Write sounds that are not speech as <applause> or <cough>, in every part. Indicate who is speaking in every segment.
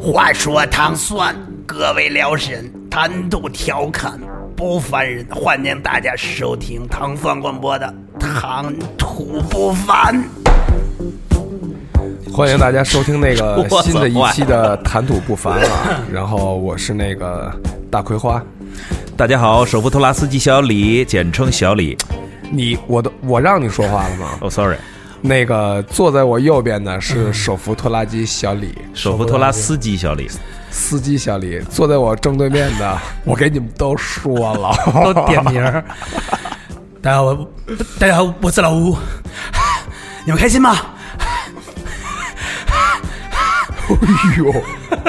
Speaker 1: 话说唐蒜，各位聊神，谈吐调侃不烦人，欢迎大家收听唐蒜广播的《谈吐不凡》。
Speaker 2: 欢迎大家收听那
Speaker 3: <laughs>
Speaker 2: 个新的一期的《谈吐不凡》啊， <laughs> 然后我是那个大葵花，
Speaker 4: 大家好，首富托拉斯基小李，简称小李。
Speaker 2: 你我都我让你说话了吗？
Speaker 4: 哦、s o r r y
Speaker 2: 那个坐在我右边的是
Speaker 3: 嗯
Speaker 2: 手扶拖拉机小李，
Speaker 4: 首富托拉斯基小李，
Speaker 2: 司机小李。坐在我正对面
Speaker 3: <laughs>
Speaker 2: 的，我给你们都说了，
Speaker 3: 都点
Speaker 2: <laughs>
Speaker 3: 名儿。大家好，我大家好，我是老吴。
Speaker 1: <laughs> 你们开心吗？
Speaker 2: 哎呦，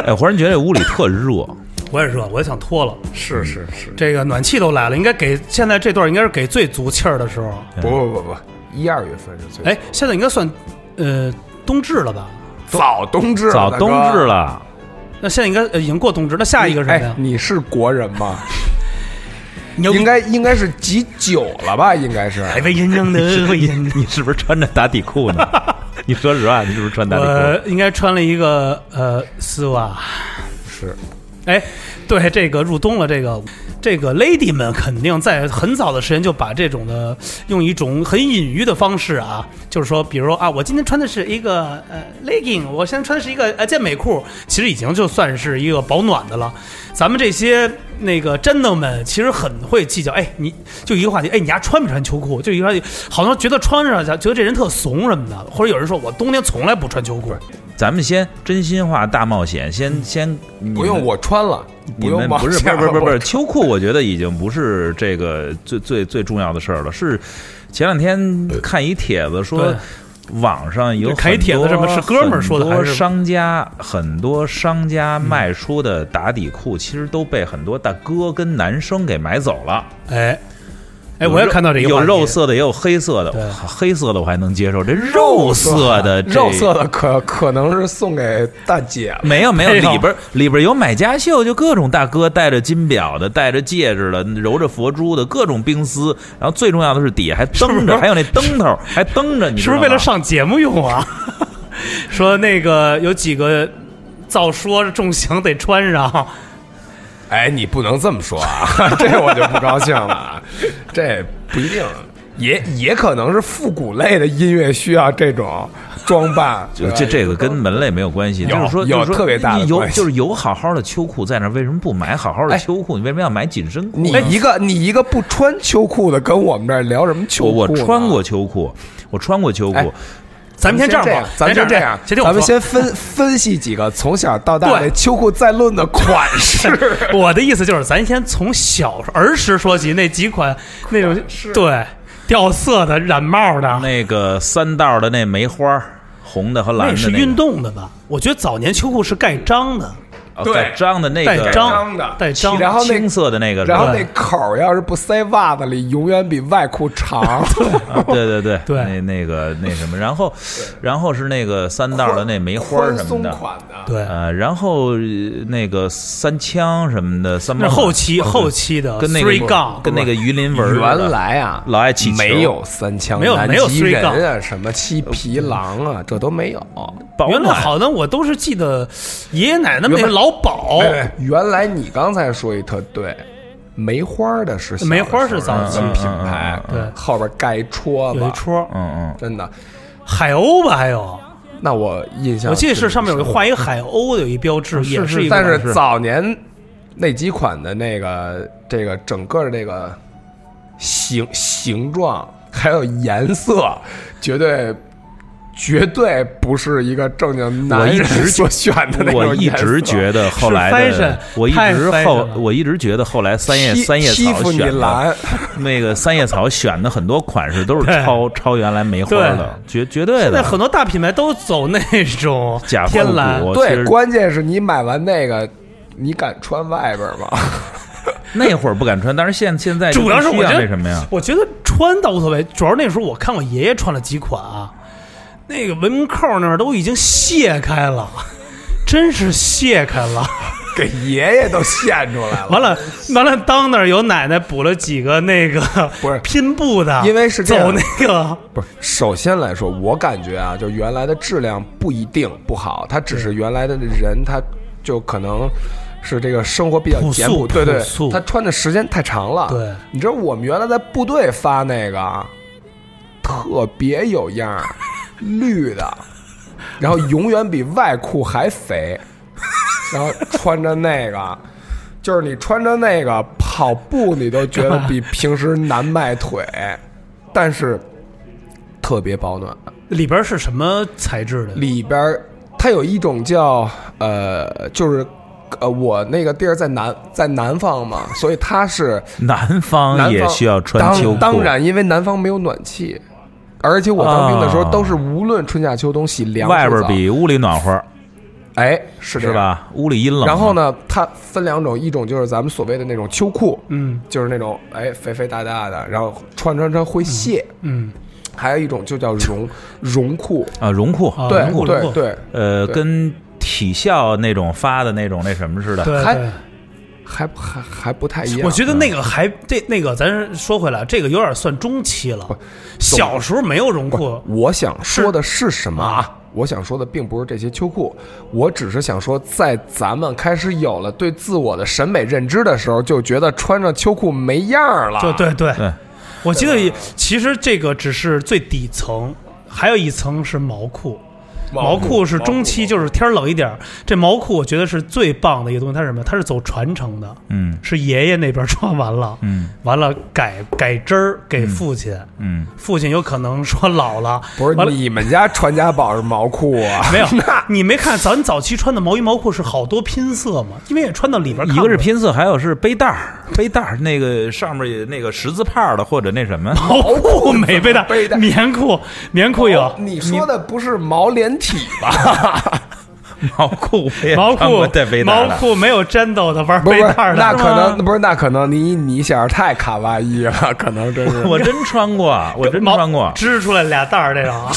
Speaker 4: 哎，忽然觉得这屋里特热，
Speaker 3: 我也热，我也想脱了。
Speaker 2: 是是是，
Speaker 3: 这个暖气都来了，应该给现在这段应该是给最足气儿的时候。
Speaker 2: 嗯不不不不，一二月份是最
Speaker 3: 哎，现在应该算呃冬至了吧？
Speaker 2: 早冬至了，
Speaker 4: 早
Speaker 2: 啊大哥
Speaker 4: 冬至。了，
Speaker 3: 那现在应该、呃已经过冬至，那下一个是什么
Speaker 2: 哎
Speaker 3: 呀，？哎
Speaker 2: 你是国人
Speaker 3: <laughs>
Speaker 2: 吗？
Speaker 3: 牛逼
Speaker 2: 应该应该是几九了吧？应该是
Speaker 3: 哎
Speaker 1: 百味人生的味人，
Speaker 4: <laughs> 你是不是穿着打底裤呢？你说实话，你是不是穿打底
Speaker 3: 我
Speaker 4: 裤？
Speaker 3: 呃应该穿了一个呃丝袜。
Speaker 2: 是
Speaker 3: 哎，对，这个入冬了，这个这个 lady 们肯定在很早的时间就把这种的用一种很隐喻的方式啊，就是说，比如说啊，我今天穿的是一个呃 legging，我现在穿的是一个呃健美裤，其实已经就算是一个保暖的了。咱们这些那个真的们其实很会计较，哎，你就一个话题，哎，你丫穿没穿秋裤？就一个话题，好像觉得穿上觉得这人特怂什么的，或者有人说我冬天从来不穿秋裤，
Speaker 4: 咱们先真心话大冒险，先先你
Speaker 2: 不用
Speaker 4: 们
Speaker 2: 我穿了，
Speaker 4: 你
Speaker 2: 用
Speaker 4: 们
Speaker 2: 往
Speaker 4: 不是不
Speaker 2: 下
Speaker 4: 是不是不是不是
Speaker 2: 我
Speaker 4: 秋裤，我觉得已经不是这个最最最重要的事儿了。是前两天看一帖子说
Speaker 3: 对，
Speaker 4: 网上有
Speaker 3: 这看一
Speaker 4: 很
Speaker 3: 帖子
Speaker 4: 多
Speaker 3: 是吗是哥们儿说的
Speaker 4: 很多
Speaker 3: 还是嗯
Speaker 4: 商家很多商家卖出的打底裤，其实都被很多大哥跟男生给买走了。
Speaker 3: 哎。哎，
Speaker 4: 有
Speaker 3: 我也
Speaker 4: 肉
Speaker 3: 看到这个
Speaker 4: 有
Speaker 3: 话题
Speaker 4: 肉色的，也有黑色的。
Speaker 3: 对
Speaker 4: 哇黑色的我还能接受，这肉色的这
Speaker 2: 肉色的可 <laughs> 可能是送给大姐了。
Speaker 4: 没有没有，
Speaker 3: 配上
Speaker 4: 里边里边有买家秀，就各种大哥戴着金表的，戴着戒指的，揉着佛珠的，各种冰丝。然后最重要的是底下还蹬着，还有那灯头还蹬着，你知
Speaker 3: 是不
Speaker 4: 道
Speaker 3: 是
Speaker 4: 吗
Speaker 3: 为了？上节目用啊？ <laughs> 说那个有几个照说重刑得穿上，
Speaker 2: 哎，你不能这么说啊， <laughs> 这我就不高兴了啊，这不一定。也也可能是复古类的音乐需要这种装
Speaker 4: <laughs>
Speaker 2: 扮，
Speaker 4: 就这这个跟门类没有关系，
Speaker 2: 哎有
Speaker 4: 就是说
Speaker 2: 有
Speaker 4: 就是说
Speaker 2: 特别大的
Speaker 4: 你有
Speaker 2: 关系
Speaker 4: 就是有好好的秋裤在那儿，为什么不买好好的
Speaker 2: 哎
Speaker 4: 秋裤？你为什么要买紧身裤哎
Speaker 2: 你
Speaker 4: 呢？
Speaker 2: 一个你一个不穿秋裤的跟我们这儿聊什么秋
Speaker 4: 我
Speaker 2: 裤
Speaker 4: 我
Speaker 2: 呢？
Speaker 4: 穿过秋裤，我穿过秋
Speaker 2: 哎
Speaker 4: 裤，
Speaker 3: 咱们先这
Speaker 2: 这
Speaker 3: 样吧，
Speaker 2: 咱
Speaker 3: 先
Speaker 2: 先这样
Speaker 3: 哎，先听我
Speaker 2: 咱们
Speaker 3: 说
Speaker 2: 先分分析几个从小到大
Speaker 3: 对
Speaker 2: 的秋裤再论的款
Speaker 4: <laughs>
Speaker 2: 式。
Speaker 3: 我的意思就是，咱先从小儿时说起，那几款那种对掉色的、染帽的，
Speaker 4: 那个三道的那梅花儿，红的和蓝的、
Speaker 3: 那
Speaker 4: 那
Speaker 3: 是
Speaker 4: 个，
Speaker 3: 运动的吧？我觉得早年秋裤是盖章的，
Speaker 4: 哦
Speaker 2: 对
Speaker 4: 盖章的那
Speaker 3: 带
Speaker 4: 个
Speaker 3: 章
Speaker 2: 章的
Speaker 3: 带章，
Speaker 2: 然后那
Speaker 4: 青色的那个，
Speaker 2: 然后
Speaker 4: 是吧
Speaker 2: 那口儿要是不塞袜子里，永远比外裤长。
Speaker 4: 啊对对对
Speaker 3: 对
Speaker 4: 那那个那什么，然后然后是那个三道的那梅花
Speaker 2: 宽
Speaker 4: 什
Speaker 2: 松
Speaker 4: 么的，
Speaker 2: 款的，
Speaker 3: 对，
Speaker 4: 呃，然后呃那个三枪什么的，三
Speaker 3: 那
Speaker 4: 毛
Speaker 3: 是后期后期的
Speaker 4: 嗯跟那
Speaker 3: three gun
Speaker 4: 个跟那个鱼鳞纹儿似的
Speaker 2: 原来啊，
Speaker 4: 老爱气球
Speaker 2: 没有三枪，
Speaker 3: 没有
Speaker 2: 南
Speaker 3: 没有
Speaker 2: 极
Speaker 3: three
Speaker 2: 人
Speaker 3: gun
Speaker 2: 啊，什么七匹狼啊，这都没有。
Speaker 4: 保
Speaker 3: 原来
Speaker 4: 暖
Speaker 3: 好像我都是记得爷爷奶奶们
Speaker 2: 原
Speaker 3: 那
Speaker 2: 来
Speaker 3: 老鸨，
Speaker 2: 哎原来你刚才说一特对，梅花的是小的
Speaker 3: 梅花是早
Speaker 2: 时候
Speaker 3: 期
Speaker 2: 的品牌，
Speaker 3: 嗯嗯嗯对
Speaker 2: 后边盖戳
Speaker 3: 有一
Speaker 2: 子，
Speaker 3: 戳，
Speaker 4: 嗯
Speaker 2: 真的。
Speaker 3: 海鸥吧，还有。
Speaker 2: 那我印象，
Speaker 3: 我记得是上面有画一个海鸥的有一标志，也
Speaker 2: 是
Speaker 3: 一个
Speaker 2: 但是早年那几款的那个这个整个的这个形形状还有颜色，绝对。绝对不是一个正经男
Speaker 4: 我一
Speaker 2: 人
Speaker 4: 直
Speaker 2: 所选的 <laughs> 那
Speaker 4: 嗯，
Speaker 2: 种
Speaker 4: 我一
Speaker 2: 颜色
Speaker 4: 直觉得后来
Speaker 3: 是
Speaker 4: 的
Speaker 3: fashion，，
Speaker 4: 我一
Speaker 3: 太
Speaker 4: 直
Speaker 3: fashion
Speaker 4: 后
Speaker 3: 了
Speaker 4: 我一直觉得后来三叶
Speaker 2: 欺
Speaker 4: 三叶
Speaker 2: 欺
Speaker 4: 草
Speaker 2: 负你
Speaker 4: 选
Speaker 2: <laughs>
Speaker 4: 的
Speaker 2: 蓝，
Speaker 4: 那个三叶草选的很多款式都是
Speaker 3: 对
Speaker 4: 超超原来梅花的，绝绝对
Speaker 3: 现在
Speaker 4: 的。
Speaker 3: 很多大品牌都走那种
Speaker 4: 假复
Speaker 3: 天蓝，
Speaker 4: 古，其
Speaker 2: 对，
Speaker 4: 实
Speaker 2: 关键是你买完那个，你敢穿外边吗？ <laughs>
Speaker 4: 那会儿不敢穿，但是现现在就
Speaker 3: 主要是
Speaker 4: 必
Speaker 3: 我
Speaker 4: 须
Speaker 3: 觉得
Speaker 4: 为什么呀？
Speaker 3: 我觉得穿倒无所谓，主要是那时候我看我爷爷穿了几款啊， <laughs>
Speaker 2: <laughs>
Speaker 3: 那个文扣那儿都已经卸开了，真是卸开了。
Speaker 2: 给爷爷都献出来了。
Speaker 3: 完了，完了，当那儿有奶奶补了几个那个
Speaker 2: 不是
Speaker 3: <laughs> 拼布的，
Speaker 2: 因为是这样
Speaker 3: 走那个
Speaker 2: 不是，首先来说，我感觉啊，就原来的质量不一定不好，他只是原来的人，他就可能是这个生活比较
Speaker 3: 朴素
Speaker 2: 简朴，对对
Speaker 3: 朴素，
Speaker 2: 他穿的时间太长了。
Speaker 3: 对，
Speaker 2: 你知道我们原来在部队发那个啊，特别有样儿，绿的，然后永远比外裤还肥，然后穿着那个。就是你穿着那个跑步，你都觉得比平时难迈腿，但是特别保暖，
Speaker 3: 里边是什么材质的？
Speaker 2: 里边儿它有一种叫呃，就是呃，我那个地儿在南在南方嘛，所以它是
Speaker 4: 南
Speaker 2: 南
Speaker 4: 方
Speaker 2: 方
Speaker 4: 也需要穿秋裤，
Speaker 2: 当当然，因为南方没有暖气，而且我当兵的时候
Speaker 4: 啊
Speaker 2: 都是无论春夏秋冬洗凉水
Speaker 4: 外边
Speaker 2: 澡
Speaker 4: 比屋里暖和，
Speaker 2: 哎是这样？
Speaker 4: 是吧？屋里阴冷。
Speaker 2: 然后？呢，它分两种，一种就是咱们所谓的那种秋裤，
Speaker 3: 嗯
Speaker 2: 就是那种哎肥肥大大的，然后穿穿穿会泄；
Speaker 3: 嗯，
Speaker 2: 还有一种就叫绒绒裤，
Speaker 4: 啊，绒裤，
Speaker 3: 啊
Speaker 2: 对
Speaker 3: 绒裤绒
Speaker 2: 对
Speaker 3: 裤
Speaker 2: 对，
Speaker 4: 呃，
Speaker 2: 对
Speaker 4: 跟体校那种发的那种那什么似的。
Speaker 3: 对
Speaker 2: 还
Speaker 3: 对。
Speaker 2: 还还还不太一样。
Speaker 3: 我觉得那个还这那个，咱说回来，这个有点算中期了。小时候没有绒裤，
Speaker 2: 我想说的是什么啊？我想说的并不是这些秋裤，我只是想说，在咱们开始有了对自我的审美认知的时候，就觉得穿上秋裤没样儿了。
Speaker 3: 就对对
Speaker 2: 嗯
Speaker 4: 对，
Speaker 3: 我记得其实这个只是最底层，还有一层是毛裤。毛裤是中期，就是天儿冷一点儿，这毛裤我觉得是最棒的一个东西。它是什么？它是走传承的，
Speaker 4: 嗯
Speaker 3: 是爷爷那边穿完了，
Speaker 4: 嗯
Speaker 3: 完了改改针儿给父亲，
Speaker 4: 嗯，
Speaker 3: 父亲有可能说老了，
Speaker 2: 不是
Speaker 3: 完了
Speaker 2: 你们家传家宝是毛裤啊？
Speaker 3: <laughs> 没有，你没看咱早期穿的毛衣毛裤是好多拼色嘛，因为也穿到里边看
Speaker 4: 一
Speaker 3: 过，
Speaker 4: 个是拼色，还有是背带儿，背带儿那个上面也那个十字牌儿的，或者那什
Speaker 3: <laughs>
Speaker 4: 么，
Speaker 3: 毛裤没背带，
Speaker 2: 背带哦
Speaker 3: 棉裤棉裤有，
Speaker 2: 你说的不是毛连体
Speaker 3: <laughs>
Speaker 2: 吧？
Speaker 4: 毛裤我也
Speaker 3: 毛
Speaker 4: 穿
Speaker 3: 裤
Speaker 4: 过带背带
Speaker 3: 毛
Speaker 4: 儿的。
Speaker 3: 裤没有战斗的玩
Speaker 2: 不是，
Speaker 3: 背
Speaker 2: 不是
Speaker 3: 带的，嗯
Speaker 2: 那可
Speaker 3: 是
Speaker 2: 能
Speaker 3: 吗
Speaker 2: 不是，那可能你你小孩太卡哇伊了，可能真
Speaker 3: <laughs>
Speaker 2: 是。
Speaker 4: 我真穿过，我真
Speaker 3: 毛
Speaker 4: 穿过，
Speaker 3: 织出来俩带儿这种啊。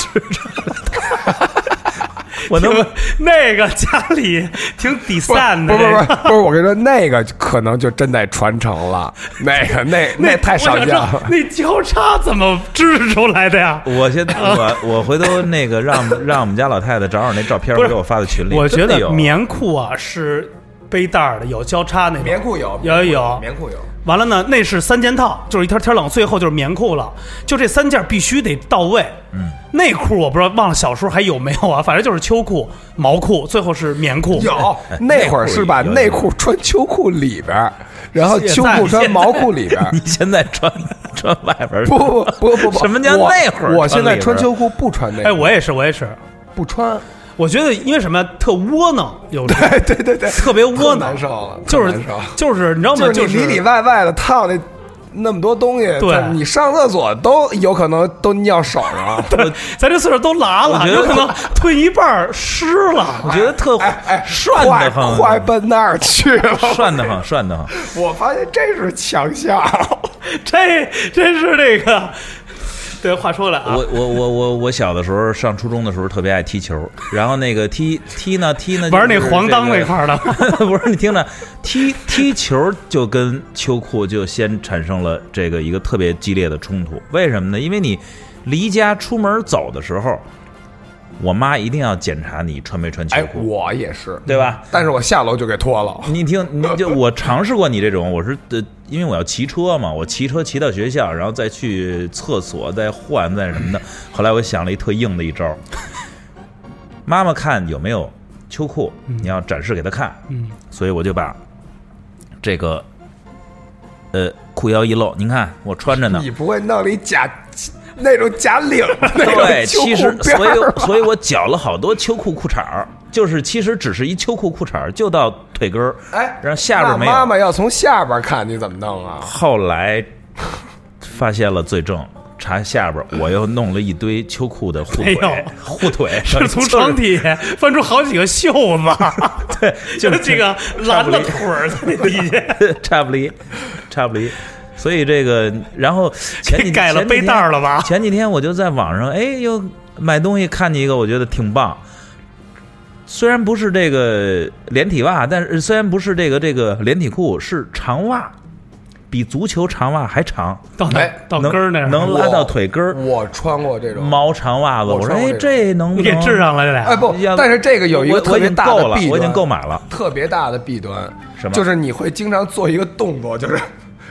Speaker 4: 我能
Speaker 3: 挺那个家里挺底散的，
Speaker 2: 不
Speaker 3: 这
Speaker 2: 是
Speaker 3: 个
Speaker 2: 不是不是，我跟你说，那个可能就真得传承了，那个那那太少
Speaker 3: 我想
Speaker 2: 见
Speaker 3: 知道
Speaker 2: 了。
Speaker 3: 那交叉怎么织出来的呀？
Speaker 4: 我
Speaker 3: <laughs>
Speaker 4: 先我我回头那个让让我们家老太太找找那照片
Speaker 3: 不是
Speaker 4: 给我发到群里。
Speaker 3: 我觉
Speaker 4: 真的
Speaker 3: 得
Speaker 4: 有
Speaker 3: 棉裤啊是背带儿的，有交叉那种。
Speaker 2: 棉裤有
Speaker 3: 有有。
Speaker 2: 棉裤有，
Speaker 3: 完了呢，那是三件套，就是一天天冷，最后就是棉裤了，就这三件必须得到位。嗯，内裤我不知道，忘了小时候还有没有啊？反 <laughs> 正就是秋裤、毛裤，最后是棉裤。
Speaker 2: 有 <laughs> 那会儿是把
Speaker 4: 有有
Speaker 2: 内裤穿秋裤里边儿，然后秋裤穿毛裤里边儿。
Speaker 4: 你现在穿穿外边
Speaker 2: <laughs>
Speaker 4: 儿
Speaker 2: 不不不不不，
Speaker 4: 什么叫
Speaker 2: 我
Speaker 4: 那会儿
Speaker 2: 我现在
Speaker 4: 穿
Speaker 2: 穿
Speaker 4: 里边儿
Speaker 2: 秋裤不穿内裤，
Speaker 3: 哎，我也是，我也是，
Speaker 2: 不穿。 <laughs>
Speaker 3: 我觉得因为什么呀特窝囊，有时候
Speaker 2: 哎，对对对，
Speaker 3: 特别窝
Speaker 2: 特
Speaker 3: 囊，
Speaker 2: 难受了
Speaker 3: 就
Speaker 2: 特
Speaker 3: 是
Speaker 2: 难受
Speaker 3: 就是你知道吗？
Speaker 2: 就是
Speaker 3: 就
Speaker 2: 你
Speaker 3: 是
Speaker 2: 里里外外的套那那么多东西，
Speaker 3: 对
Speaker 2: 你上厕所都有可能都尿手
Speaker 4: <laughs>
Speaker 2: 上。
Speaker 3: 对， <laughs> 咱这岁数都拉
Speaker 4: 我
Speaker 3: 了，
Speaker 4: 觉得
Speaker 3: 有可能退一半儿湿了。
Speaker 4: 我觉得特
Speaker 2: 哎哎，
Speaker 4: 涮
Speaker 2: 快
Speaker 4: 得慌，
Speaker 2: 快奔那儿去了！
Speaker 4: <laughs> 涮得慌，涮得慌。
Speaker 2: 我发现这是强项，
Speaker 3: 这真是这个，对，话说来啊，
Speaker 4: 我我我我我小的时候上初中的时候特别爱踢球，然后那个踢踢呢踢呢、
Speaker 3: 玩那黄裆那块
Speaker 4: 儿。
Speaker 3: 儿的，
Speaker 4: <laughs> 不是你听着，踢踢球就跟秋裤就先产生了这个一个特别激烈的冲突。为什么呢？因为你离家出门走的时候，我妈一定要检查你穿没穿
Speaker 2: <laughs>
Speaker 4: 秋
Speaker 2: 哎，
Speaker 4: 裤，
Speaker 2: 我也是，
Speaker 4: 对吧？
Speaker 2: 但是我下楼就给脱了。
Speaker 4: 你听，你就我尝试过你这种，我是呃，因为我要骑车嘛，我骑车骑到学校，然后再去厕所，再换，再什
Speaker 2: <laughs>
Speaker 4: 么的。后来我想了一特硬的一招，妈妈看有没有秋裤，
Speaker 2: 嗯
Speaker 4: 你要展示给她看，
Speaker 3: 嗯，
Speaker 4: 所以我就把这个呃裤腰一露，您看我穿着呢
Speaker 2: 你，不会弄 <laughs> 了一假那种假领的那种
Speaker 4: 对，
Speaker 2: 秋
Speaker 4: 其实
Speaker 2: 裤边
Speaker 4: 所以
Speaker 2: 儿
Speaker 4: 我所以我绞了好多秋裤裤衩儿，就是其实只是一秋裤裤衩儿，就到腿根儿，
Speaker 2: 哎，
Speaker 4: 然后下边
Speaker 2: 那
Speaker 4: 没有。
Speaker 2: 妈妈要从下边看你怎么弄啊？
Speaker 4: 后来发现了罪证，查下边我又弄了一堆秋裤的护
Speaker 3: 哎
Speaker 4: 腿
Speaker 3: 呦，
Speaker 4: 护腿
Speaker 3: <laughs> 是从床底下翻出好几个袖子，对，就是 <laughs> 这个蓝了腿儿在那底下，
Speaker 4: 就是 <laughs> 差不离，差不离。所以这个，然后前几
Speaker 3: 改了背带儿了吧
Speaker 4: 前几天前几天我就在网上，哎，又买东西看见一个，我觉得挺棒，虽然不是这个连体袜，但是虽然不是这个这个连体裤，是长袜，比足球长袜还长，
Speaker 3: 到哪
Speaker 2: 哎
Speaker 3: 到
Speaker 4: 能
Speaker 3: 根儿那儿
Speaker 4: 能拉到腿根儿，
Speaker 2: 我穿过
Speaker 3: 哦
Speaker 2: 这种，
Speaker 4: 毛长袜子。
Speaker 2: 我
Speaker 4: 我说，
Speaker 2: 穿过
Speaker 4: 哎，这能不
Speaker 3: 也啊
Speaker 4: 能？
Speaker 3: 治上了这俩。
Speaker 2: 哎不
Speaker 4: 要，
Speaker 2: 但是这个有一个
Speaker 4: 我
Speaker 2: 特
Speaker 4: 我已
Speaker 2: 别
Speaker 4: 经
Speaker 2: 大
Speaker 4: 够
Speaker 2: 的
Speaker 4: 了，
Speaker 2: 弊端，
Speaker 4: 我已经购买了。
Speaker 2: 特别大的弊端，
Speaker 4: 什么
Speaker 2: 就是你会经常做一个动作，就是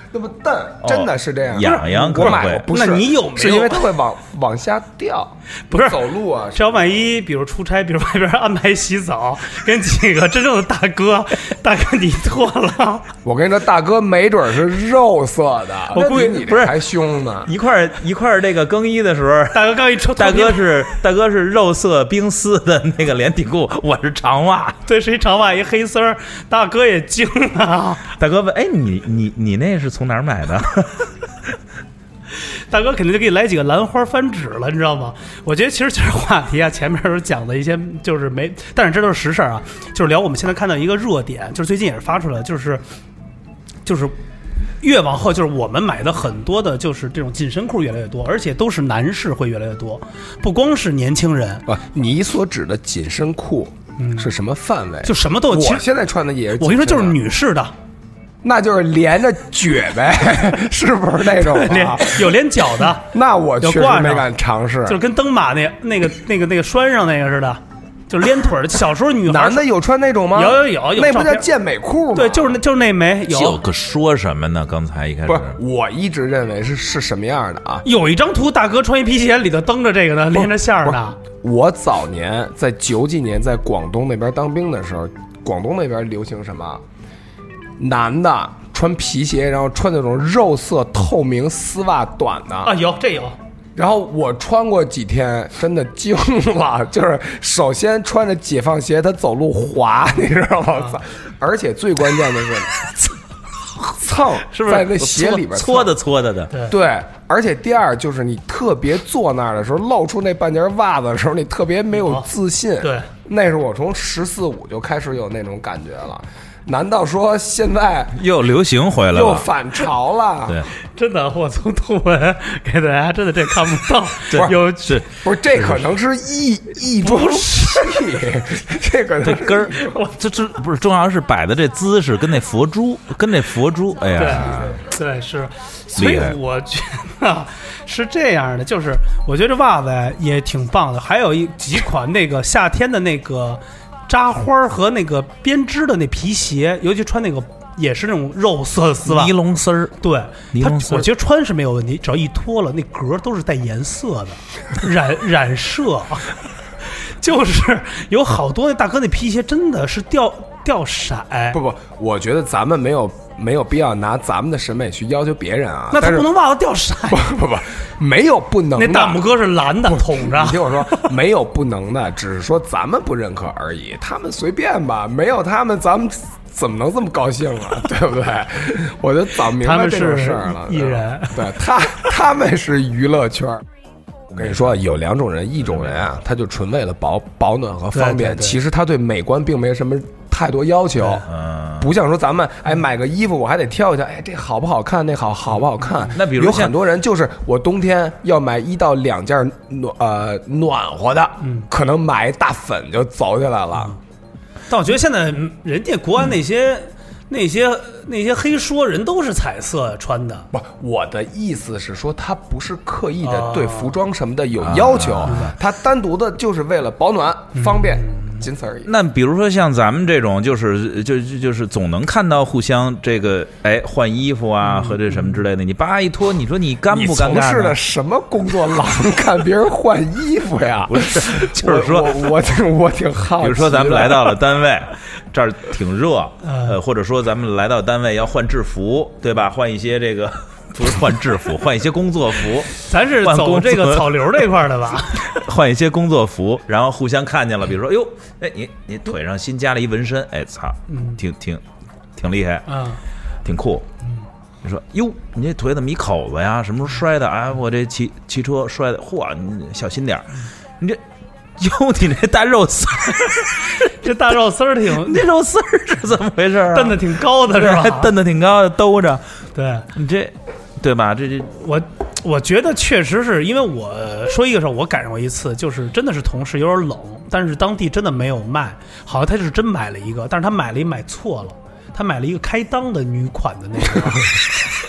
Speaker 2: 那么蹬，真的是这样。
Speaker 4: 哦痒痒可
Speaker 2: 我
Speaker 4: 能
Speaker 2: 买
Speaker 4: 会
Speaker 2: 过，不是
Speaker 3: 那你有没有
Speaker 2: 是因为它会往 <laughs> 往下掉，
Speaker 3: 不是
Speaker 2: 走路啊。
Speaker 3: 这要万一，比如出差， <laughs> 比如外边安排洗澡， <laughs> 跟几个真正的大哥， <laughs> 大哥你错了， <laughs>
Speaker 2: 我跟你说，大哥没准是肉色的，
Speaker 3: 我估计
Speaker 2: 那比你
Speaker 4: 不
Speaker 2: 这
Speaker 4: 是
Speaker 2: 还凶呢。
Speaker 4: 一块儿一块儿这个更衣的
Speaker 2: <laughs>
Speaker 4: 时候，
Speaker 3: 大哥刚一抽，
Speaker 4: 大哥是大哥是肉色冰丝的那个连体裤，我是长袜。
Speaker 3: 对，是一长袜一黑丝儿，大哥也惊了，
Speaker 4: 大哥问：“哎，你你你那是从哪儿买 <laughs> 的？
Speaker 3: 大哥肯定就给你来几个兰花翻纸了，你知道吗？我觉得其实这话题啊，前面有讲的一些就是没，但是这都是实事儿啊，就是聊我们现在看到一个热点，就是最近也是发出来，就是就是。越往后，就是我们买的很多的，就是这种紧身裤越来越多，而且都是男士会越来越多，不光是年轻人，
Speaker 2: 不，啊你所指的紧身裤是什么范围？
Speaker 3: 嗯就什么都有。其
Speaker 2: 我
Speaker 3: 实
Speaker 2: 现在穿的也是，啊
Speaker 3: 我跟你说，就是，女士的，
Speaker 2: 那就是连着撅呗，
Speaker 3: <laughs>
Speaker 2: 是不是那种
Speaker 3: 连
Speaker 2: 啊？
Speaker 3: 有连脚的，
Speaker 2: 那我确
Speaker 3: 有
Speaker 2: 实
Speaker 3: 挂上
Speaker 2: 没敢尝试。
Speaker 3: 就是跟蹬马那那个那个那个拴上那个似的，就连腿儿的。小时候女孩儿
Speaker 2: 男的有穿那种吗？
Speaker 3: 有有有有
Speaker 2: 那不
Speaker 3: 照
Speaker 2: 叫
Speaker 3: 片
Speaker 2: 健美裤吗？
Speaker 3: 对，就是那就是那枚
Speaker 4: 就
Speaker 3: 有
Speaker 4: 个说什么呢？刚才一开始
Speaker 2: 不是，我一直认为是是什么样的啊？
Speaker 3: 有一张图，大哥穿一皮鞋，里头蹬着这个的，连着线儿的。
Speaker 2: 我早年在九几年在广东那边当兵的时候，广东那边流行什么？男的穿皮鞋，然后穿那种肉色透明丝袜短的，
Speaker 3: 啊，有这有，
Speaker 2: 然后我穿过几天，真的惊了。 <laughs> 就是首先穿着解放鞋，他走路滑，你知道吗？
Speaker 4: 啊
Speaker 2: 操而且最关键的是，蹭
Speaker 4: <laughs> 是不是
Speaker 2: 在那鞋里边蹭
Speaker 4: 搓的搓的的？
Speaker 2: 对，而且第二就是你特别坐那儿的时候，露出那半截袜子的时候，你特别没有自信。
Speaker 4: 哦
Speaker 3: 对，
Speaker 2: 那是我从十四五就开始有那种感觉了。难道说现在
Speaker 4: 又流行回来
Speaker 2: 又
Speaker 4: 了？
Speaker 2: 反潮了？
Speaker 4: 对，
Speaker 3: 真的，我从图文给大家真的这看不
Speaker 4: <laughs>
Speaker 3: 到，有
Speaker 4: 是
Speaker 2: 不是这可能是异异中癖，这可
Speaker 4: 这
Speaker 2: 能是 <laughs>
Speaker 4: 根儿，这这不是重要是摆的这姿势跟那佛珠，跟那佛珠，哎
Speaker 3: 对
Speaker 4: 呀，
Speaker 3: 对是，所以
Speaker 4: 厉害
Speaker 3: 我觉得是这样的，就是我觉得这袜子也挺棒的，还有一几款那个夏天的那个扎花儿和那个编织的那皮鞋，尤其穿那个也是那种肉色丝袜
Speaker 4: 尼，龙丝儿，
Speaker 3: 对
Speaker 4: 尼
Speaker 3: 它
Speaker 4: 龙丝，
Speaker 3: 我觉得穿是没有问题，只要一脱了，那格儿都是带颜色的，染 <laughs> 染色，就是有好多那大哥那皮鞋真的是掉掉色，
Speaker 2: 不不，我觉得咱们没有没有必要拿咱们的审美去要求别人啊。
Speaker 3: 那他
Speaker 2: 但是
Speaker 3: 不能袜子掉色。
Speaker 2: 不不不，没有不能
Speaker 3: 那
Speaker 2: 的。
Speaker 3: 大拇哥是蓝的，捅着
Speaker 2: 你。听我说，没有不能的，只是说咱们不认可而已。他们随便吧，没有他们，咱们怎么能这么高兴啊？ <laughs> 对不对？我就早明
Speaker 3: 他
Speaker 2: 白
Speaker 3: 们
Speaker 2: 这种
Speaker 3: 是
Speaker 2: 事儿了。
Speaker 3: 艺人
Speaker 2: 对吧，对他他们是娱乐圈儿。我跟你说，有两种人，一种人啊，他就纯为了保保暖和方便，
Speaker 3: 对对对
Speaker 2: 其实他对美观并没什么太多要求。
Speaker 4: 嗯，
Speaker 2: 不像说咱们哎买个衣服我还得挑一挑，哎这好不好看，那好好不好看。
Speaker 4: 那比如
Speaker 2: 有
Speaker 4: 像
Speaker 2: 很多人就是我冬天要买一到两件暖呃暖和的，
Speaker 4: 嗯
Speaker 2: 可能买一大粉就走起来了。
Speaker 3: 但我觉得现在人家国安那些、那些那些黑说人都是彩色穿的，
Speaker 2: 不，我的意思是说，他不是刻意
Speaker 4: 哦
Speaker 3: 啊
Speaker 2: 的对服装什么的
Speaker 4: 啊
Speaker 2: 有要求，他单独的就是为了保暖
Speaker 4: 嗯
Speaker 2: 方便，仅此而已。
Speaker 4: 那比如说像咱们这种，就是就就就是总能看到互相这个哎换衣服啊和这什么之类的，你叭一脱，你说你尴
Speaker 2: 嗯你
Speaker 4: 不尴
Speaker 2: 从
Speaker 4: 尬
Speaker 2: 事
Speaker 4: 呢
Speaker 2: 的？什么工作，老是看别人换衣服呀？不是，
Speaker 4: 就是 <laughs> 说
Speaker 2: 我我我挺我啊挺好奇的。
Speaker 4: 比如说咱们来到了单位，这儿挺热，呃，或者说咱们来到单位要换制服，对吧？换一些这个 <laughs> 不是换
Speaker 2: <laughs>
Speaker 4: 制服，换一些工作服，
Speaker 3: 咱是
Speaker 4: 换
Speaker 3: 走
Speaker 4: 工
Speaker 3: 这个
Speaker 4: 资
Speaker 3: <laughs> 草流这块儿的吧？
Speaker 4: 换一些工作服，然后互相看见了，比如说哟，哎你你腿上新加了一纹身，哎操，
Speaker 2: 嗯
Speaker 4: 挺挺挺厉害，
Speaker 3: 嗯，
Speaker 4: 挺酷。
Speaker 2: 嗯
Speaker 4: 你说哟，你这腿怎么一口子呀？什么时候摔的？哎，我这骑骑车摔的，嚯，你小心点儿，
Speaker 2: 嗯
Speaker 4: 你这。哟，你这大肉丝儿，
Speaker 3: 这大肉丝儿挺
Speaker 4: 你这肉丝儿是怎么回事儿、啊？
Speaker 3: <laughs> 蹬的挺高的是
Speaker 4: 还
Speaker 3: 吧？
Speaker 4: 蹬的挺高的，兜着。
Speaker 3: 对。
Speaker 4: 你这，对吧？这这
Speaker 3: 我我觉得确实是因为我说一个事儿，我赶上过一次，就是真的是同事有点冷，但是当地真的没有卖，好像他是真买了一个，但是他买了一买错了，他买了一个开裆的女款的那个， <laughs>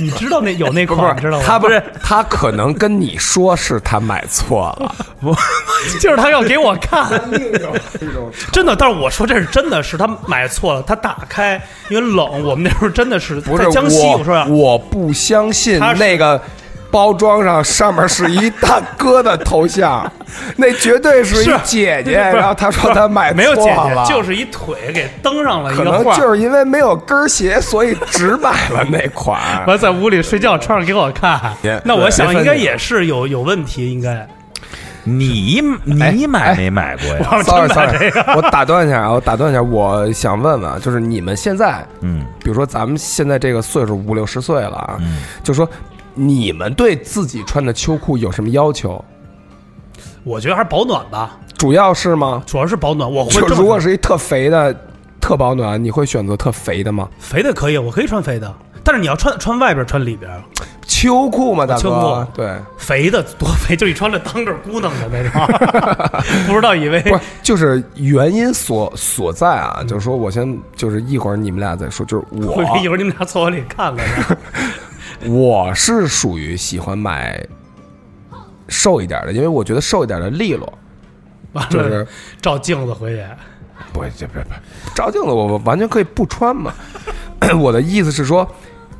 Speaker 3: 你知道那有那
Speaker 2: 不
Speaker 3: 款知
Speaker 2: 是
Speaker 3: 道吗？
Speaker 2: 他不是他可能跟你说是他买错了，
Speaker 3: 就是他要给我看，
Speaker 2: 这种
Speaker 3: 真的，但是我说这是真的，是他买错了，他打开，因为冷，我们那时候真的是
Speaker 2: 不
Speaker 3: 在
Speaker 2: 是
Speaker 3: 江西，我说啊
Speaker 2: 我不相信
Speaker 3: 他是
Speaker 2: 那个包装上上面是一大哥的头
Speaker 3: <laughs>
Speaker 2: 像，那绝对是一
Speaker 3: 是
Speaker 2: 姐姐。
Speaker 3: 不是
Speaker 2: 然后他说他买
Speaker 3: 没有
Speaker 2: 错
Speaker 3: 姐姐
Speaker 2: 了，，
Speaker 3: 就是一腿给蹬上了一
Speaker 2: 可
Speaker 3: 个
Speaker 2: 能
Speaker 3: 画，
Speaker 2: 就是因为没有跟鞋，所以只买了那
Speaker 3: <laughs>
Speaker 2: 款。
Speaker 3: 完在屋里睡觉，穿上给我看
Speaker 2: 别。
Speaker 3: 那我想
Speaker 2: 别
Speaker 3: 应
Speaker 2: 分
Speaker 3: 该
Speaker 2: 你
Speaker 3: 也是有有问题，应该。
Speaker 4: 你
Speaker 2: 哎
Speaker 4: 你买没买过呀？
Speaker 2: sorry sorry，我打断一下啊，我打断一下，我想问问啊，就是你们现在，
Speaker 4: 嗯，
Speaker 2: 比如说咱们现在这个岁数五六十岁了啊，
Speaker 4: 嗯
Speaker 2: 就说你们对自己穿的秋裤有什么要求？
Speaker 3: 我觉得还是保暖吧，
Speaker 2: 主要是吗？
Speaker 3: 主要是保暖。我会
Speaker 2: 就
Speaker 3: 这么
Speaker 2: 如果是一特肥的特保暖，你会选择特肥的吗？
Speaker 3: 肥的可以，我可以穿肥的，但是你要穿穿外边穿里边，
Speaker 2: 秋裤吗，大哥？
Speaker 3: 秋裤
Speaker 2: 对，
Speaker 3: 肥的多肥，就你穿着裆这儿咕囔的那种， <laughs> 不知道以为
Speaker 2: 不是，就是原因所所在啊，就是说我先就是一会儿你们俩再说，就是
Speaker 3: <laughs> 我以为一
Speaker 2: 我
Speaker 3: 会儿你们俩坐我里看看呢。
Speaker 2: 我是属于喜欢买瘦一点的，因为我觉得瘦一点的利落，
Speaker 3: 完
Speaker 2: 就
Speaker 3: 了
Speaker 2: 是
Speaker 3: 照镜子回去，
Speaker 2: 不这不不照镜子，我完全可以不穿嘛。 <coughs> 我的意思是说，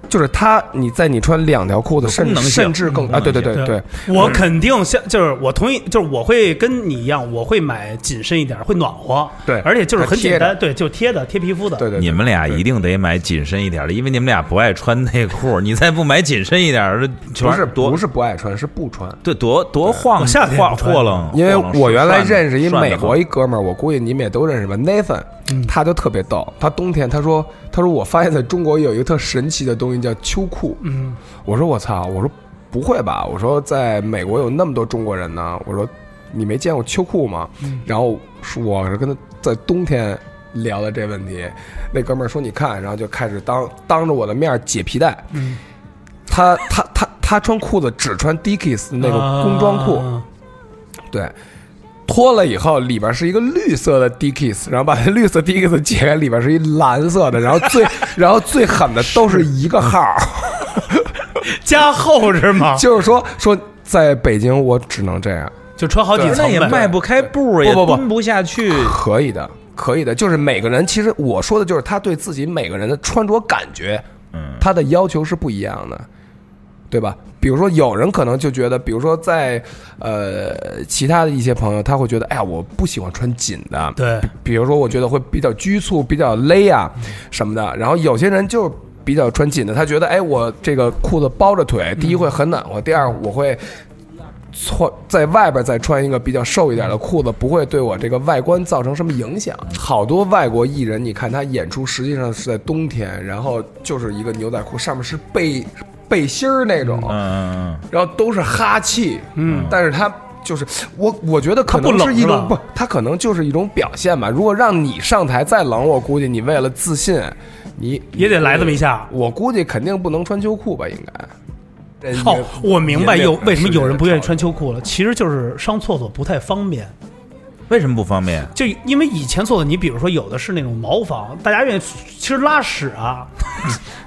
Speaker 2: 就是它你在你穿两条裤子，
Speaker 4: 功
Speaker 2: 甚
Speaker 4: 能性
Speaker 2: 甚至更啊，对对对对，
Speaker 3: 我肯定像就是我同意，就是我会跟你一样，我会买紧身一点，会暖和，
Speaker 2: 对
Speaker 3: 而且就是很简
Speaker 2: 还贴
Speaker 3: 单，对，就贴的贴皮肤的，
Speaker 2: 对对，
Speaker 4: 你们俩
Speaker 2: 对
Speaker 4: 一定得买紧身一点的，因为你们俩不爱穿内裤，你再不买紧身一点儿，这
Speaker 2: 不是
Speaker 4: 多
Speaker 2: 不是不爱穿，是不穿。
Speaker 4: 对多多晃
Speaker 3: 我夏天也
Speaker 4: 晃
Speaker 3: 不穿
Speaker 4: 晃楞，
Speaker 2: 因为
Speaker 4: 晃楞
Speaker 2: 我原来认识一
Speaker 4: 涮得
Speaker 2: 美国一哥们儿，我估计你们也都认识吧，Nathan，他
Speaker 3: 嗯
Speaker 2: 就特别逗。他冬天他说他说我发现在中国有一个特神奇的东西叫秋裤。
Speaker 3: 嗯，
Speaker 2: 我说我操，我说不会吧？我说在美国有那么多中国人呢，我说你没见过秋裤吗？
Speaker 3: 嗯
Speaker 2: 然后是我是跟他在冬天聊的这问题，那哥们儿说你看，然后就开始当当着我的面儿解皮带。
Speaker 3: 嗯，
Speaker 2: 他他他他穿裤子只穿 Dickies 那个工装裤。
Speaker 3: 啊
Speaker 2: 对，脱了以后里边是一个绿色的 Dickies，然后把那绿色 Dickies 解开，里边是一蓝色的，然后最然后最狠的都是一个号儿，
Speaker 3: 加厚是吗？
Speaker 2: 就是说说在北京我只能这样，
Speaker 3: 就穿好几
Speaker 4: 那
Speaker 3: 层
Speaker 4: 也
Speaker 3: 呗。
Speaker 4: 迈不开步，也
Speaker 2: 不不不
Speaker 4: 蹲不下去。
Speaker 2: 可以的，可以的，就是每个人其实我说的就是他对自己每个人的穿着感觉，
Speaker 4: 嗯，
Speaker 2: 他的要求是不一样的。对吧？比如说，有人可能就觉得，比如说在，呃，其他的一些朋友，他会觉得，哎呀，我不喜欢穿紧的，
Speaker 3: 对，
Speaker 2: 比如说，我觉得会比较拘束、比较勒啊什么的。然后有些人就比较穿紧的，他觉得，哎，我这个裤子包着腿，第一会很暖和，第二我会穿在外边再穿一个比较瘦一点的裤子，不会对我这个外观造成什么影响。好多外国艺人，你看他演出实际上是在冬天，然后就是一个牛仔裤，上面是背背心儿那种，
Speaker 4: 嗯嗯
Speaker 2: 然后都是哈气，嗯，但是他就是我，我觉得可能
Speaker 3: 他不
Speaker 2: 是
Speaker 3: 冷
Speaker 2: 一
Speaker 3: 是吧
Speaker 2: 种不，他可能就是一种表现吧。如果让你上台再冷，我估计你为了自信，你
Speaker 3: 也得来这么一下。
Speaker 2: 我估计肯定不能穿秋裤吧，应该。呃
Speaker 3: 哦，我明白
Speaker 2: 也得
Speaker 3: 有
Speaker 2: 是
Speaker 3: 为什么有人不愿意
Speaker 2: 这
Speaker 3: 穿秋裤了，其实就是上厕所不太方便。
Speaker 4: 嗯，为什么不方便？
Speaker 3: 就因为以前厕所，你比如说有的是那种茅房，大家愿意其实拉屎啊、 <laughs>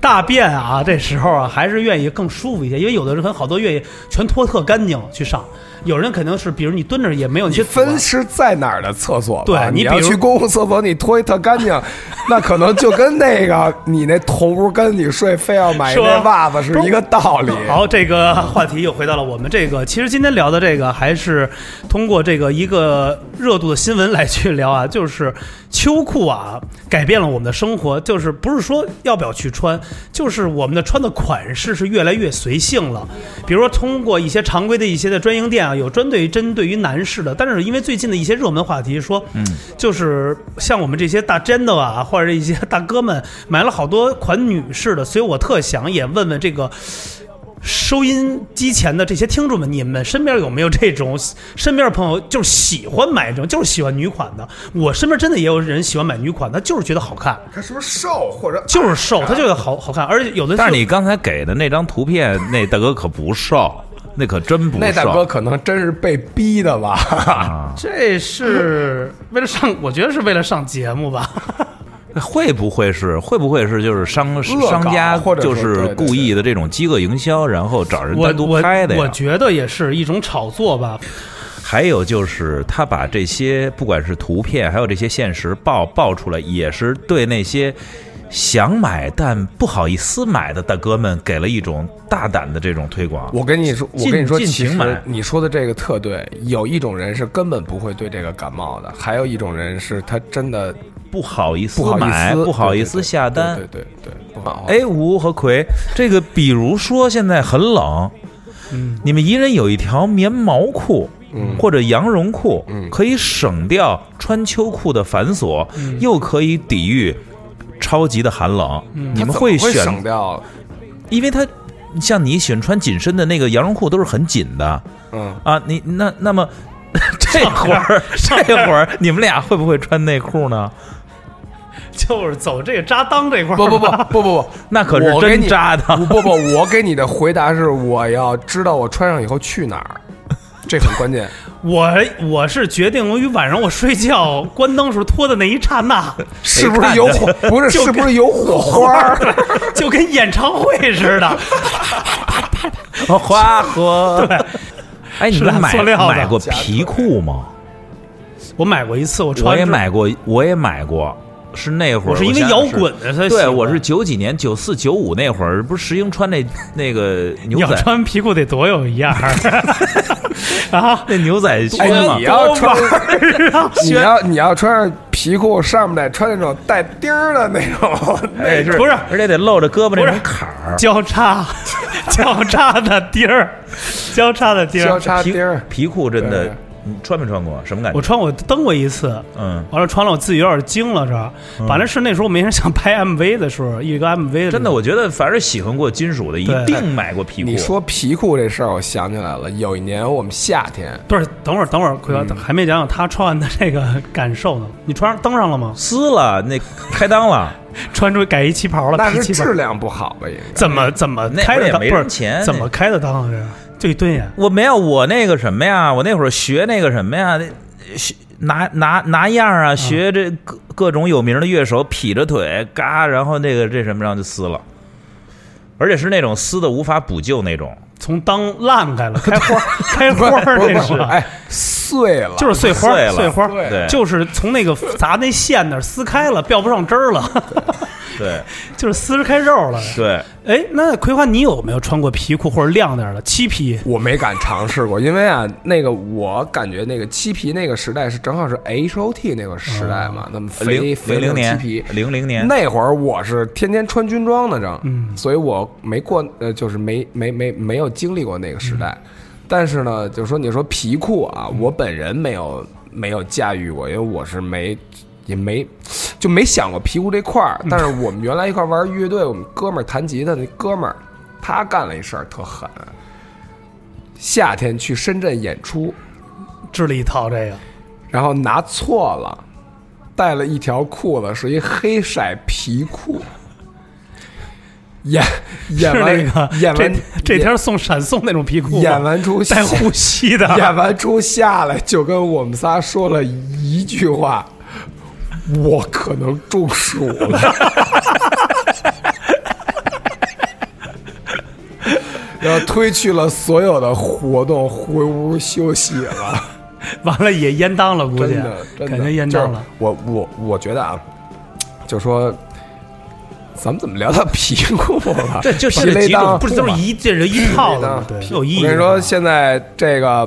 Speaker 3: 大便啊，这时候啊还是愿意更舒服一些，因为有的人很好多愿意全脱特干净去上，有人肯定是比如你蹲着也没有那
Speaker 2: 你
Speaker 3: 些阻碍
Speaker 2: 分是在哪儿的厕所吧？
Speaker 3: 对
Speaker 2: 你
Speaker 3: 你
Speaker 2: 要
Speaker 3: 比如
Speaker 2: 去公共厕所，你脱一特干
Speaker 3: <laughs>
Speaker 2: 净，那可能就跟那个你那同屋跟你睡，非要买
Speaker 3: 说
Speaker 2: 那袜子是一个道理。
Speaker 3: <laughs> 好，这个话题又回到了我们这个，其实今天聊的这个还是通过这个一个热度的新闻来去聊啊， <laughs> 就是秋裤啊改变了我们的生活，就是不是说要不要去穿，就是我们的穿的款式是越来越随性了。比如说通过一些常规的一些的专营店啊，有专对针对于男士的，但是因为最近的一些热门话题说，嗯，就是像我们这些大真的啊，或者一些大哥们买了好多款女士的，所以我特想也问问这个。收音机前的这些听众们，你们身边有没有这种身边的朋友，就是喜欢买这种，就是喜欢女款的？我身边真的也有人喜欢买女款，他就是觉得好看，
Speaker 2: 他是不是瘦或者
Speaker 3: 就是瘦，他就是好好看，而且有的
Speaker 4: 但是你刚才给的那张图片，那大哥可不瘦，那可真不
Speaker 2: 那大哥
Speaker 4: 瘦
Speaker 2: 可能真是被逼的吧？
Speaker 4: 啊！
Speaker 3: 这是为了上，我觉得是为了上节目吧。
Speaker 4: 会不会是会不会是就是商
Speaker 2: 恶搞
Speaker 4: 商家
Speaker 2: 或者
Speaker 4: 就
Speaker 2: 说
Speaker 4: 是
Speaker 2: 对对
Speaker 4: 故意的这种饥饿营销，然后找人
Speaker 3: 我
Speaker 4: 单独
Speaker 3: 我
Speaker 4: 拍的
Speaker 3: 我
Speaker 4: 呀？
Speaker 3: 觉得也是一种炒作吧。
Speaker 4: 还有就是他把这些不管是图片，还有这些现实爆爆出来，也是对那些想买但不好意思买的大哥们给了一种大胆的这种推广。
Speaker 2: 我跟你说，我
Speaker 4: 尽
Speaker 2: 跟你说，
Speaker 4: 尽
Speaker 2: 其
Speaker 4: 情买
Speaker 2: 实你说的这个特对。有一种人是根本不会对这个感冒的，还有一种人是他真的
Speaker 4: 不好意思
Speaker 2: 不好意
Speaker 4: 买，
Speaker 2: 思，
Speaker 4: 不好
Speaker 2: 对
Speaker 4: 意
Speaker 2: 对
Speaker 4: 思
Speaker 2: 对
Speaker 4: 下单。
Speaker 2: 对对对对，不好。
Speaker 4: 哎，吴和葵，这个比如说现在很冷，
Speaker 3: 嗯，
Speaker 4: 你们一人有一条棉毛裤。
Speaker 2: 嗯
Speaker 4: 或者羊绒裤，
Speaker 2: 嗯
Speaker 4: 可以省掉穿秋裤的繁琐，
Speaker 3: 嗯
Speaker 4: 又可以抵御超级的寒冷。
Speaker 3: 嗯
Speaker 4: 你
Speaker 2: 他怎
Speaker 4: 们
Speaker 2: 么会
Speaker 4: 选，
Speaker 2: 省掉？
Speaker 4: 因为它像你喜欢穿紧身的那个羊绒裤都是很紧的 <laughs>
Speaker 2: 嗯，
Speaker 4: 啊。你那那么这会儿这会儿你们俩会不会穿内裤呢？
Speaker 3: 就是走这个扎裆这块儿。
Speaker 2: 不不不，不不不，
Speaker 4: 那可是
Speaker 2: 我给
Speaker 4: 真
Speaker 2: 你
Speaker 4: 扎的。
Speaker 2: 不不不，我给你的回答是，我要知道我穿上以后去哪儿，这很关键。
Speaker 3: 我我是决定于晚上我睡觉关灯时候脱的那一刹那， <laughs>
Speaker 2: 是不是有火？不是，是不是有火花儿？
Speaker 3: 就跟演唱会似的。
Speaker 4: 花火。对，哎，你
Speaker 3: 是
Speaker 4: 们
Speaker 3: 蓝
Speaker 4: 买
Speaker 3: 塑料的
Speaker 4: 买过皮裤吗？
Speaker 3: 我买过一次，我穿
Speaker 4: 我也
Speaker 3: 着，
Speaker 4: 买过，我也买过。是那会儿，
Speaker 3: 我是因为
Speaker 4: 想
Speaker 3: 摇
Speaker 4: 想是
Speaker 3: 滚的才喜
Speaker 4: 对，
Speaker 3: 欢
Speaker 4: 我是九几年、九四、九五那会儿，不是石英穿那那个牛
Speaker 3: 你要
Speaker 4: 仔
Speaker 3: 穿皮裤得多有样儿 <laughs> 啊！
Speaker 4: 那牛仔靴
Speaker 2: 哎，
Speaker 4: 嘛
Speaker 2: 你，要穿，
Speaker 3: 啊
Speaker 2: <laughs> 你要你要穿上皮裤，上面得穿那种带钉儿的那种。
Speaker 4: 哎
Speaker 3: 不是
Speaker 4: 而且得露着胳膊那
Speaker 3: 不
Speaker 4: 种
Speaker 3: 是
Speaker 4: 坎儿。
Speaker 3: 交叉，交叉的钉儿， <laughs> 交叉的
Speaker 2: <laughs>
Speaker 3: 钉
Speaker 2: 交
Speaker 3: 儿。
Speaker 2: 叉
Speaker 4: 皮
Speaker 2: 钉儿，
Speaker 4: 皮裤真的
Speaker 2: 对，
Speaker 4: 你穿没穿过？什么感
Speaker 3: 我
Speaker 4: 觉？
Speaker 3: 穿我蹬过一次，
Speaker 4: 嗯，
Speaker 3: 完了穿了我自己有点惊了，是。反正是那时候我没人想拍 MV 的时候，一个 MV 的
Speaker 4: 真的，我觉得凡是喜欢过金属的，一
Speaker 3: 对
Speaker 4: 定买过皮裤。
Speaker 2: 你说皮裤这事儿，我想起来了。有一年我们夏天，
Speaker 3: 不是，等会儿，等会儿，
Speaker 4: 嗯
Speaker 3: 奎哥、还没讲讲他穿完的这个感受呢。你穿上登上了吗？
Speaker 4: 撕了那开裆了，
Speaker 3: 穿出改一旗袍了，
Speaker 2: 那
Speaker 3: 皮
Speaker 2: 是
Speaker 3: 旗袍
Speaker 2: 质量不好吧？应该
Speaker 3: 怎么怎么
Speaker 4: 那
Speaker 3: 开
Speaker 4: 会儿
Speaker 3: 的
Speaker 4: 也
Speaker 3: 裆？
Speaker 4: 没
Speaker 3: 不
Speaker 4: 人钱
Speaker 3: 是怎么开的裆啊？这就一蹲眼，
Speaker 4: 我没有，我那个什么呀，我那会儿学那个什么呀，那学拿拿拿样儿啊，学这各各种有名的乐手，劈着腿嘎，然后那个这什么，然后就撕了，而且是那种撕的无法补救那种，
Speaker 3: 从裆烂开了，
Speaker 2: <laughs>
Speaker 3: 开花开
Speaker 2: 不是
Speaker 3: 花
Speaker 2: 不是不
Speaker 3: 那
Speaker 2: 是，
Speaker 3: 是，
Speaker 2: 哎，碎了，
Speaker 3: 就是碎花
Speaker 4: 碎了
Speaker 3: 花，
Speaker 2: 碎
Speaker 4: 对
Speaker 3: 就是从那个砸那线那儿撕开了，掉不上汁儿了，
Speaker 4: 对
Speaker 3: <laughs> 就是撕开肉了。
Speaker 4: <laughs> 对，
Speaker 3: 哎，那葵花，你有没有穿过皮裤或者亮点儿的漆皮？
Speaker 2: 我没敢尝试过，因为啊，那个我感觉那个漆皮那个时代是正好是 H O T 那个时代嘛，那么肥
Speaker 4: 哦零
Speaker 2: 肥
Speaker 4: 零零
Speaker 2: 那
Speaker 4: 年
Speaker 2: 种漆皮。
Speaker 4: 零零年，
Speaker 2: 那会儿我是天天穿军装的，正，
Speaker 3: 嗯
Speaker 2: 所以我没过，呃，就是没没没没有经历过那个时代。
Speaker 4: 嗯
Speaker 2: 但是呢，就是说你说皮裤啊，我本人没有没有驾驭过，因为我是没也没就没想过皮裤这块
Speaker 4: 嗯
Speaker 2: 儿。但是我们原来一块儿玩乐队，我们哥们儿弹吉他那哥们儿，他干了一事儿特狠，夏天去深圳演出，
Speaker 3: 织了一套这个，
Speaker 2: 然后拿错了，带了一条裤子是一黑色皮裤。演演
Speaker 3: <laughs> 是
Speaker 2: 完
Speaker 3: 那个
Speaker 2: 演完
Speaker 3: 这这天送闪送那种皮裤吗，
Speaker 2: 演完出
Speaker 3: 带护膝的，
Speaker 2: <laughs> 演完出下来就跟我们仨说了一句话：“我可能中暑
Speaker 3: <laughs>
Speaker 2: 了。”然后推去了所有的活动，回屋休息了。
Speaker 3: 完了也淹裆了，估计
Speaker 2: 真的，真的
Speaker 3: 感觉淹
Speaker 2: 就是
Speaker 3: 裆了。
Speaker 2: 我我我觉得啊，就说咱们怎么聊到皮裤
Speaker 3: <laughs>
Speaker 2: 了？
Speaker 4: 这就是
Speaker 2: 皮雷
Speaker 4: 几种
Speaker 2: 裆
Speaker 3: 不是都是一这人一套的
Speaker 2: 的
Speaker 3: 嘛，对，有意
Speaker 2: 我
Speaker 3: 义。
Speaker 2: 跟你说，现在这个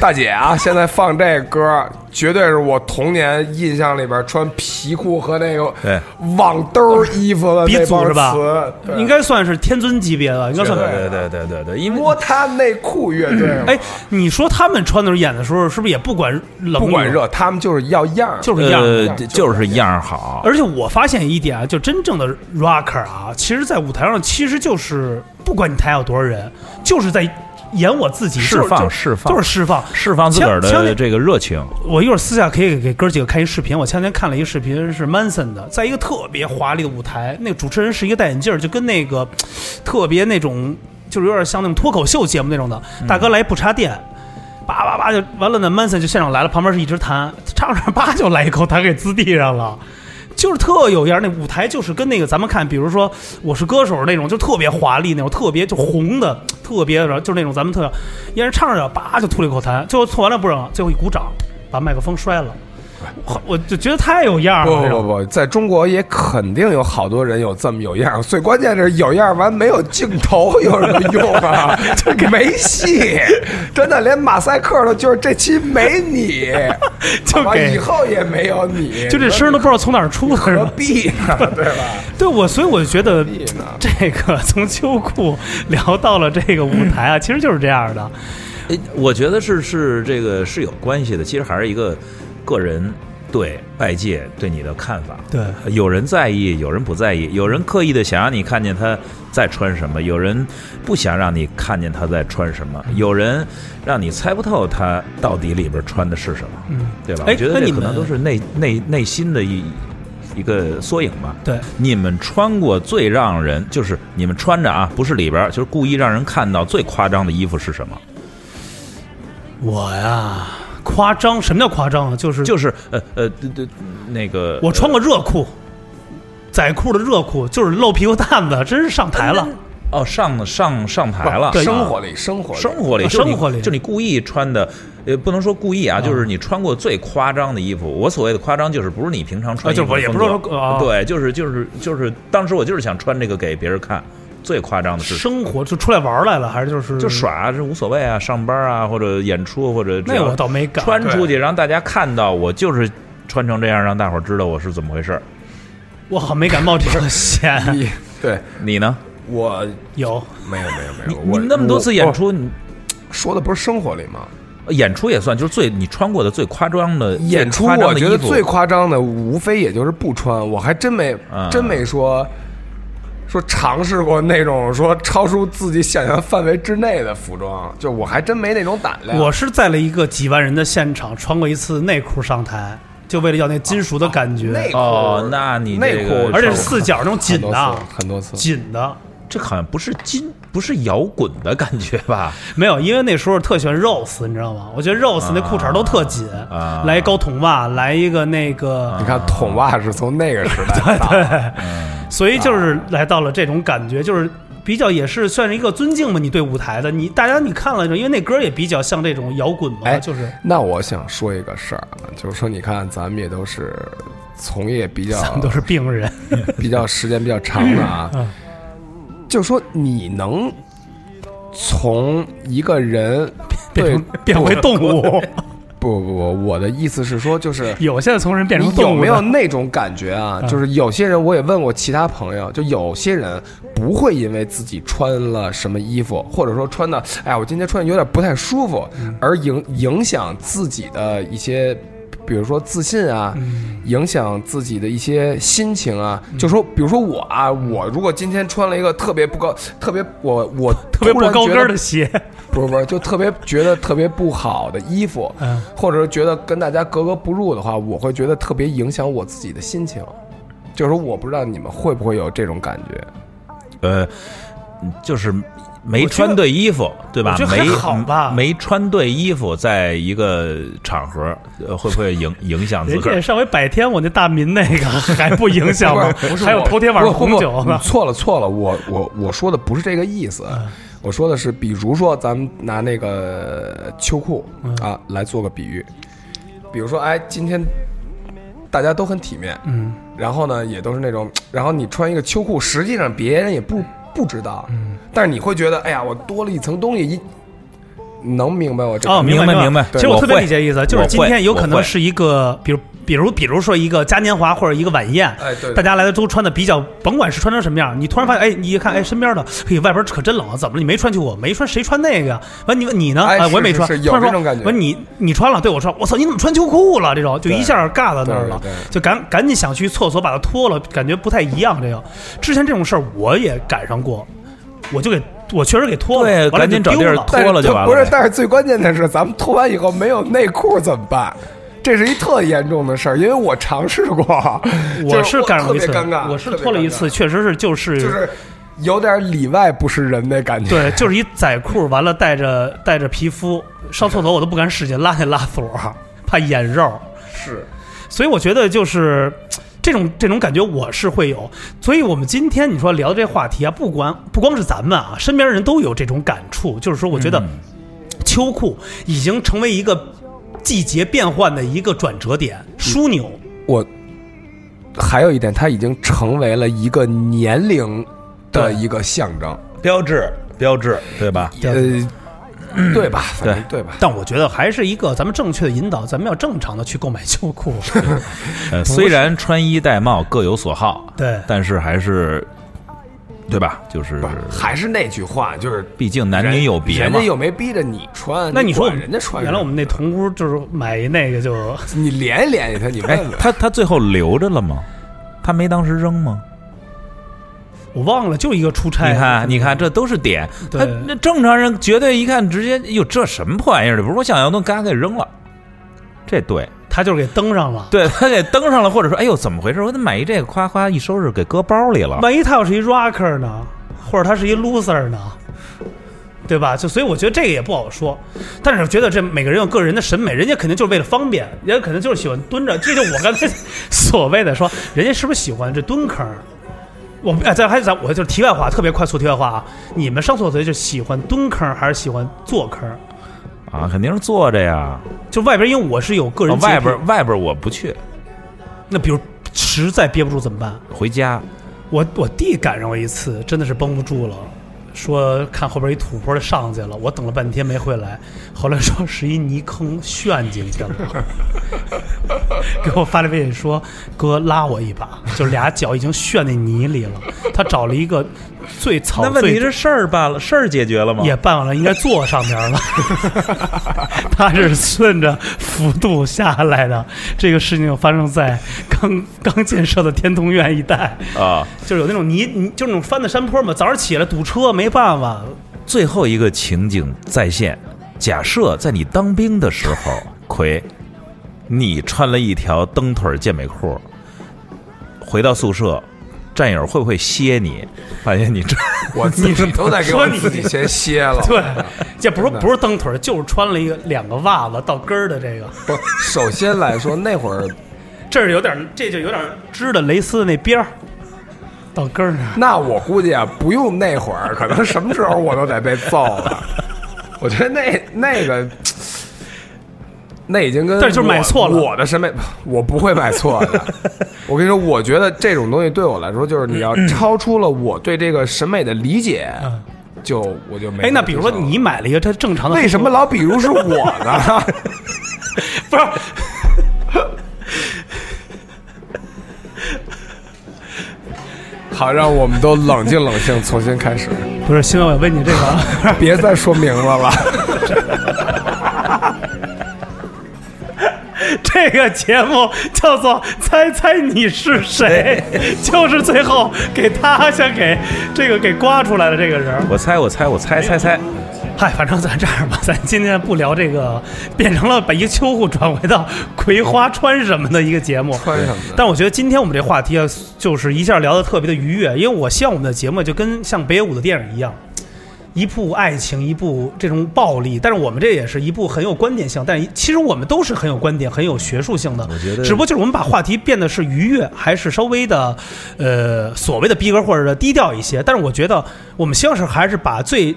Speaker 2: 大姐啊，现在放这歌，绝对是我童年印象里边穿皮裤和那
Speaker 4: 对
Speaker 2: 个网兜衣服
Speaker 4: 呃
Speaker 2: 的
Speaker 3: 鼻
Speaker 2: 那
Speaker 3: 祖
Speaker 2: 帮
Speaker 3: 是吧
Speaker 2: 词，？
Speaker 3: 应该算是天尊级别的，应该
Speaker 4: 对
Speaker 3: 算。
Speaker 4: 对对对对对，因为
Speaker 2: 摸他内裤乐队嘛。
Speaker 3: 哎，你说他们穿的时候演的时候，是不是也不管冷
Speaker 2: 不管
Speaker 3: 与
Speaker 2: 热，他们就是要样儿，
Speaker 3: 就是样儿？
Speaker 4: 呃
Speaker 2: 样儿
Speaker 4: 就是样儿好，
Speaker 3: 而且我发现一点啊，就真正的 rocker 啊，其实，在舞台上其实就是不管你台下有多少人，就是在演我自己，
Speaker 4: 释
Speaker 3: 就是
Speaker 4: 放
Speaker 3: 就
Speaker 4: 释放
Speaker 3: 就是释放。
Speaker 4: 释放自个儿
Speaker 3: 前前
Speaker 4: 的
Speaker 3: 两
Speaker 4: 这个热情。
Speaker 3: 我一会儿私下可以给给哥几个看一视频。我前两天看了一个视频，是 Manson 的，在一个特别华丽的舞台，那个主持人是一个戴眼镜儿，就跟那个特别那种就是有点像那种脱口秀节目那种的，
Speaker 2: 嗯
Speaker 3: 大哥来一不插电。叭叭叭就完了呢，Manson 就现场来了，旁边是一直弹，唱着叭就来一口痰给滋地上了，就是特有样儿。那舞台就是跟那个咱们看，比如说《我是歌手》那种，就特别华丽那种，特别就红的，特别然后就是那种咱们特，一人唱着叭就吐了一口痰，最后吐完了不扔，最后一鼓掌把麦克风摔了，我我就觉得太有样儿
Speaker 2: 不
Speaker 3: 了。这
Speaker 2: 不
Speaker 3: 种
Speaker 2: 不，在中国也肯定有好多人有这么有样 <laughs> 儿，最关键是有样儿完没有镜头有什么用
Speaker 3: <laughs>
Speaker 2: 啊？这没戏，真的连马赛克都就是这期没你，
Speaker 3: <laughs> 就
Speaker 2: 好吧
Speaker 3: 给
Speaker 2: 以后也没有你，
Speaker 3: 就这声儿都不知道从哪儿出的，是
Speaker 2: 何
Speaker 3: 吧？
Speaker 2: 必
Speaker 3: <laughs>
Speaker 2: 呢？对吧？
Speaker 3: 对我，所以我就觉得
Speaker 2: 必呢
Speaker 3: 这个 <laughs> 从秋裤聊到了这个舞台啊，其实就是这样的。
Speaker 4: 哎，我觉得是是这个是有关系的，其实还是一个个人对外界对你的看法。
Speaker 3: 对，
Speaker 4: 有人在意，有人不在意，有人刻意的想让你看见他在穿什么，有人不想让你看见他在穿什么，有人让你猜不透他到底里边穿的是什么，
Speaker 3: 嗯，
Speaker 4: 对吧？
Speaker 3: 哎
Speaker 4: 我觉
Speaker 3: 那
Speaker 4: 得
Speaker 3: 你
Speaker 4: 这
Speaker 3: 们
Speaker 4: 可能都是内内内心的一一个缩影吧。
Speaker 3: 对，
Speaker 4: 你们穿过最让人就是你们穿着啊，不是里边儿，就是故意让人看到最夸张的衣服是什么？
Speaker 3: 我呀，夸张，什么叫夸张啊？就是
Speaker 4: 就是呃呃，对对，那个
Speaker 3: 我穿过热裤，仔裤的热裤，就是露屁股蛋子，真是上台
Speaker 2: 嗯
Speaker 3: 了。
Speaker 4: 哦上上上台了，啊
Speaker 3: 对
Speaker 2: 生活里，生活里，
Speaker 4: 生活里
Speaker 3: 啊
Speaker 4: 就是你
Speaker 3: 生活里嗯
Speaker 4: 就你故意穿的，呃，不能说故意啊，就是你穿过最夸张的衣服。我所谓的夸张，就是不是你平常穿
Speaker 3: 啊就
Speaker 4: 衣服的
Speaker 3: 也
Speaker 4: 风
Speaker 3: 不
Speaker 4: 格，
Speaker 3: 是说啊
Speaker 4: 对，就是就是就是，当时我就是想穿这个给别人看，最夸张的是。
Speaker 3: 生活就出来玩儿来了，还是就是
Speaker 4: 就？耍这无所谓啊，上班啊，或者演出，或者只
Speaker 3: 那
Speaker 4: 要
Speaker 3: 我倒没敢
Speaker 4: 穿出
Speaker 2: 对
Speaker 4: 去让大家看到，我就是穿成这样，让大伙儿知道我是怎么回事儿。
Speaker 3: 我好像没敢冒这
Speaker 2: <laughs>
Speaker 3: 个险。
Speaker 2: 你对
Speaker 4: 你呢？
Speaker 2: 我
Speaker 3: 有，
Speaker 2: 没有没有
Speaker 3: 哎
Speaker 2: 没
Speaker 4: 你
Speaker 2: 有，
Speaker 4: 你
Speaker 2: 我
Speaker 4: 那么多次
Speaker 3: 哦
Speaker 4: 演，出，你呃
Speaker 2: 我说的不是生活里吗？
Speaker 4: 演出也算，就是最你穿过的最夸张的
Speaker 2: 演出，
Speaker 4: 最夸张
Speaker 2: 我
Speaker 4: 的
Speaker 2: 觉得
Speaker 4: 衣服
Speaker 2: 最夸张的无非也就是不穿，我还真没、
Speaker 4: 嗯
Speaker 2: 真没说说尝试过那种说超出自己想象范围之内的服装，就我还真没那种胆量。
Speaker 3: 我是在了一个几万人的现场穿过一次内裤上台，就为了要那金属的感觉，
Speaker 2: 哦内裤
Speaker 4: 哦那你
Speaker 2: 内裤
Speaker 4: 这个
Speaker 2: 我穿过，
Speaker 3: 而且是四角那种紧
Speaker 2: 很多
Speaker 3: 的
Speaker 2: 次，，很多次。
Speaker 3: 紧的。
Speaker 4: 这好像不是金，不是摇滚的感觉吧？
Speaker 3: 没有，因为那时候特喜欢 Rose，你知道吗？我觉得 Rose 那裤衩都特紧，
Speaker 4: 啊
Speaker 3: 来一高筒袜，来一个那个，
Speaker 2: 你看筒袜是从那个时代到的，
Speaker 3: 所以
Speaker 2: 啊
Speaker 3: 就是来到了这种感觉，就是比较也是算是一个尊敬吧，你对舞台的，你大家你看了，因为那歌也比较像这种摇滚嘛，
Speaker 2: 哎
Speaker 3: 就是
Speaker 2: 那我想说一个事儿啊，就是说你看咱们也都是从业比较
Speaker 3: 咱们都是病人，
Speaker 2: 比较时间比较长的啊，就说你能从一个人
Speaker 3: 变
Speaker 2: 对
Speaker 3: 成变回动物，
Speaker 2: 不不不，我的意思是说，就是
Speaker 3: 有现在从人 <laughs> 变成
Speaker 2: 你
Speaker 3: 动
Speaker 2: 有
Speaker 3: 物
Speaker 2: 没有
Speaker 3: 的。嗯
Speaker 2: 那种感觉啊？就是有些人，我也问过其他朋友，就有些人不会因为自己穿了什么衣服，或者说穿的，哎，我今天穿的有点不太舒服，
Speaker 3: 嗯
Speaker 2: 而影影响自己的一些，比如说自信啊，
Speaker 3: 嗯
Speaker 2: 影响自己的一些心情啊。就说，比如说我啊，我如果今天穿了一个特别不高、特别我我
Speaker 3: 特别
Speaker 2: 突
Speaker 3: 不
Speaker 2: 然
Speaker 3: 高
Speaker 2: 觉
Speaker 3: 跟
Speaker 2: 得
Speaker 3: 儿的鞋，
Speaker 2: 不是不是，就特别觉得特别不好的衣服，
Speaker 3: 嗯
Speaker 2: 或者是觉得跟大家格格不入的话，我会觉得特别影响我自己的心情。就是我不知道你们会不会有这种感觉，
Speaker 4: 呃，就是没
Speaker 3: 我觉得
Speaker 4: 穿对衣服，对吧
Speaker 3: 我觉？得还
Speaker 4: 没
Speaker 3: 好吧
Speaker 4: 没穿对衣服，在一个场合，呃，会不会影影响自
Speaker 3: 人
Speaker 4: 个
Speaker 3: 家
Speaker 4: 儿？
Speaker 3: 上回百天我那大民那个 <laughs> 还不影响吗
Speaker 2: 不是不？是
Speaker 3: 还有
Speaker 2: 我
Speaker 3: 头天晚上
Speaker 2: 不不
Speaker 3: 红酒
Speaker 2: 不
Speaker 3: 呢嗯
Speaker 2: 你。错了错了，我我我说的不是这个意思，我说的是，比如说咱们拿那个秋裤
Speaker 3: 嗯
Speaker 2: 啊来做个比喻，比如说哎，今天大家都很体面，
Speaker 3: 嗯，
Speaker 2: 然后呢，也都是那种，然后你穿一个秋裤，实际上别人也不不知道，
Speaker 3: 嗯
Speaker 2: 但是你会觉得，哎呀，我多了一层东西，一能明白我这个
Speaker 3: 哦，明白
Speaker 4: 明白
Speaker 3: 明
Speaker 4: 明白
Speaker 3: 其实我
Speaker 4: 我
Speaker 3: 特别
Speaker 4: 会
Speaker 3: 理解意思，就
Speaker 4: 我会
Speaker 3: 是今天有
Speaker 4: 我
Speaker 3: 可能
Speaker 4: 会
Speaker 3: 是一个，比如比如比如说一个嘉年华或者一个晚宴，
Speaker 2: 哎对
Speaker 3: 大家来的都穿的比较，甭管是穿成什么样，你突然发现，哎，你一看，哎，身边的，嘿，外边可真冷啊，怎么了？你没穿秋裤，没穿，谁穿那个呀？完你问你呢？
Speaker 2: 哎
Speaker 3: 哎，我
Speaker 2: 是
Speaker 3: 也没
Speaker 2: 是
Speaker 3: 穿，
Speaker 2: 是有
Speaker 3: 突然
Speaker 2: 这
Speaker 3: 说
Speaker 2: 种感觉
Speaker 3: 完你你穿了，对我穿，我操，你怎么穿秋裤了？这种就一下尬到那儿
Speaker 2: 对
Speaker 3: 了
Speaker 2: 对，
Speaker 3: 就赶赶紧想去厕所把它脱了，感觉不太一样。这个之前这种事儿我也赶上过，我就给我确实给脱了，
Speaker 4: 对
Speaker 3: 完了
Speaker 4: 赶紧
Speaker 3: 就
Speaker 4: 找地
Speaker 3: 丢
Speaker 4: 儿
Speaker 3: 了
Speaker 4: 脱了就完了
Speaker 2: 不是
Speaker 4: 呗，
Speaker 2: 但是最关键的是，咱们脱完以后没有内裤怎么办？这是一特严重的事儿，因为我尝试过，<laughs>
Speaker 3: 我
Speaker 2: 就是
Speaker 3: 干过一次，
Speaker 2: 特别尴尬，
Speaker 3: 我是
Speaker 2: 特别
Speaker 3: 脱了一
Speaker 2: 尴尬
Speaker 3: 次，，确实是就是
Speaker 2: 就是有点里外不是人的感觉。
Speaker 3: 对，就是一仔裤，完了带着带着皮肤，上厕所我都不敢使劲拉那拉锁，怕眼肉。
Speaker 2: 是，
Speaker 3: 所以我觉得就是这种这种感觉我是会有，所以我们今天你说聊这话题啊，不光不光是咱们啊，身边人都有这种感触，就是说我觉得秋裤已经成为一个季节变换的一个转折点枢纽。
Speaker 2: 我还有一点，它已经成为了一个年龄的
Speaker 3: 对
Speaker 2: 一个象征，
Speaker 4: 标志标志，对吧？
Speaker 3: 对
Speaker 2: 呃，对吧？反正对吧？
Speaker 3: 但我觉得还是一个咱们正确的引导，咱们要正常的去购买
Speaker 2: <laughs>
Speaker 3: 秋裤。
Speaker 4: 呃，虽然穿衣戴帽各有所好，
Speaker 3: 对
Speaker 4: 但是还是，对吧？就是
Speaker 2: 不是，还是那句话，就是
Speaker 4: 毕竟男女有别
Speaker 2: 人
Speaker 4: 嘛
Speaker 2: 家。又没逼着你穿，
Speaker 3: 那
Speaker 2: 你
Speaker 3: 你说我
Speaker 2: 管
Speaker 3: 们
Speaker 2: 人家穿什么，
Speaker 3: 原来我们那同屋就是买那个就
Speaker 2: 你联系联系他，你
Speaker 4: 哎
Speaker 2: 问问，
Speaker 4: 他他最后留着了吗？他没当时扔吗？
Speaker 3: 我忘了，就一个出差。
Speaker 4: 你
Speaker 2: 啊
Speaker 4: 看，你看，这都是点。
Speaker 3: 对
Speaker 4: 他那正常人绝对一看，直接哟，这什么破玩意儿？这不是我想要的，嘎给扔了。这对，
Speaker 3: 他就是给登上了。
Speaker 4: 对他给登上了，或者说，哎呦，怎么回事？我得买一这个，夸夸一收拾，给搁包里了。
Speaker 3: 万一他要是一 rocker 呢，或者他是一 loser 呢，对吧？就所以我觉得这个也不好说，但是我觉得这每个人有个人的审美，人家肯定就是为了方便，人家肯定就是喜欢蹲着。这就我刚才所谓的说，人家是不是喜欢这蹲坑儿？我们哎，咱还咱我就是题外话，特别快速题外话啊！你们上厕所就喜欢蹲坑儿还是喜欢坐坑儿？
Speaker 4: 啊，肯定是坐着呀。
Speaker 3: 就外边，因为我是有个人
Speaker 4: 哦
Speaker 3: 洁癖、
Speaker 4: 外边外边我不去，
Speaker 3: 那比如实在憋不住怎么办？
Speaker 4: 回家
Speaker 3: 我我弟赶上我一次，真的是绷不住了，说看后边一土坡的上去了，我等了半天没回来，后来说是一泥坑陷进去了， <laughs> 给我发了微信说哥拉我一把，就俩脚已经陷那泥里了，他找了一个最草
Speaker 4: 那问题
Speaker 3: 最
Speaker 4: 是事儿办了，事儿解决了吗？
Speaker 3: 也办完了，应该坐上面了。 <laughs> 他是顺着幅度下来的，这个事情发生在刚刚建设的天通苑一带。
Speaker 4: 啊，
Speaker 3: 就是有那种泥，泥就是那种翻的山坡嘛。早上起来堵车，没办法，
Speaker 2: 哦
Speaker 4: 最后一个情景再现，假设在你当兵的时候，奎，你穿了一条蹬腿健美裤，回到宿舍，战友会不会歇你？发现你这 <laughs>
Speaker 2: <laughs> 我自己都在给
Speaker 3: 说
Speaker 2: 我
Speaker 3: 你
Speaker 2: 自己先歇了。 <laughs>
Speaker 3: 对，这不是
Speaker 2: 真的
Speaker 3: 不是蹬腿儿，就是穿了一个两个袜子到跟儿的这个，
Speaker 2: 不，首先来说，那会儿
Speaker 3: 这是有点，这就有点织的蕾丝的那边儿到跟儿那儿。
Speaker 2: 那我估计啊，不用那会儿，可能什么时候我都得被揍了。我觉得那那个，那已经跟
Speaker 3: 但是就是买
Speaker 2: 我
Speaker 3: 错了
Speaker 2: 我的审美，我不会买错的。我跟你说，我觉得这种东西对我来说，就是你要超出了我对这个审美的理解，
Speaker 3: 嗯
Speaker 2: 就我就没法接受了。
Speaker 3: 哎，那比如说你买了一个它正常 <laughs> 的，
Speaker 2: 为什么老比如是我呢？
Speaker 3: <laughs> 不是？
Speaker 2: 好，让我们都冷静冷静，重新开始，
Speaker 3: 不是，新闻我问你这个啊， <laughs>
Speaker 2: 别再说名字了。
Speaker 3: 这个节目叫做《猜猜你是
Speaker 2: <laughs>
Speaker 3: 谁》，就是最后给他先给这个给刮出来的这个人儿。
Speaker 4: 我猜，我猜，我猜猜猜，
Speaker 3: 嗨，反正咱这样吧， <laughs> 咱今天不聊这个，变成了把一个秋裤转回到葵花穿什么的一个节目。
Speaker 2: 穿什么呢？
Speaker 3: 但我觉得今天我们这话题啊，就是一下聊得特别的愉悦，因为我希望我们的节目就跟像北野武的电影一样，一部爱情，一部这种暴力，但是我们这也是一部很有观点性，但是其实我们都是很有观点、很有学术性的。
Speaker 4: 我觉得
Speaker 3: 只不过就是我们把话题变得是愉悦，还是稍微的，呃，所谓的逼格或者低调一些。但是我觉得我们希望是还是把最。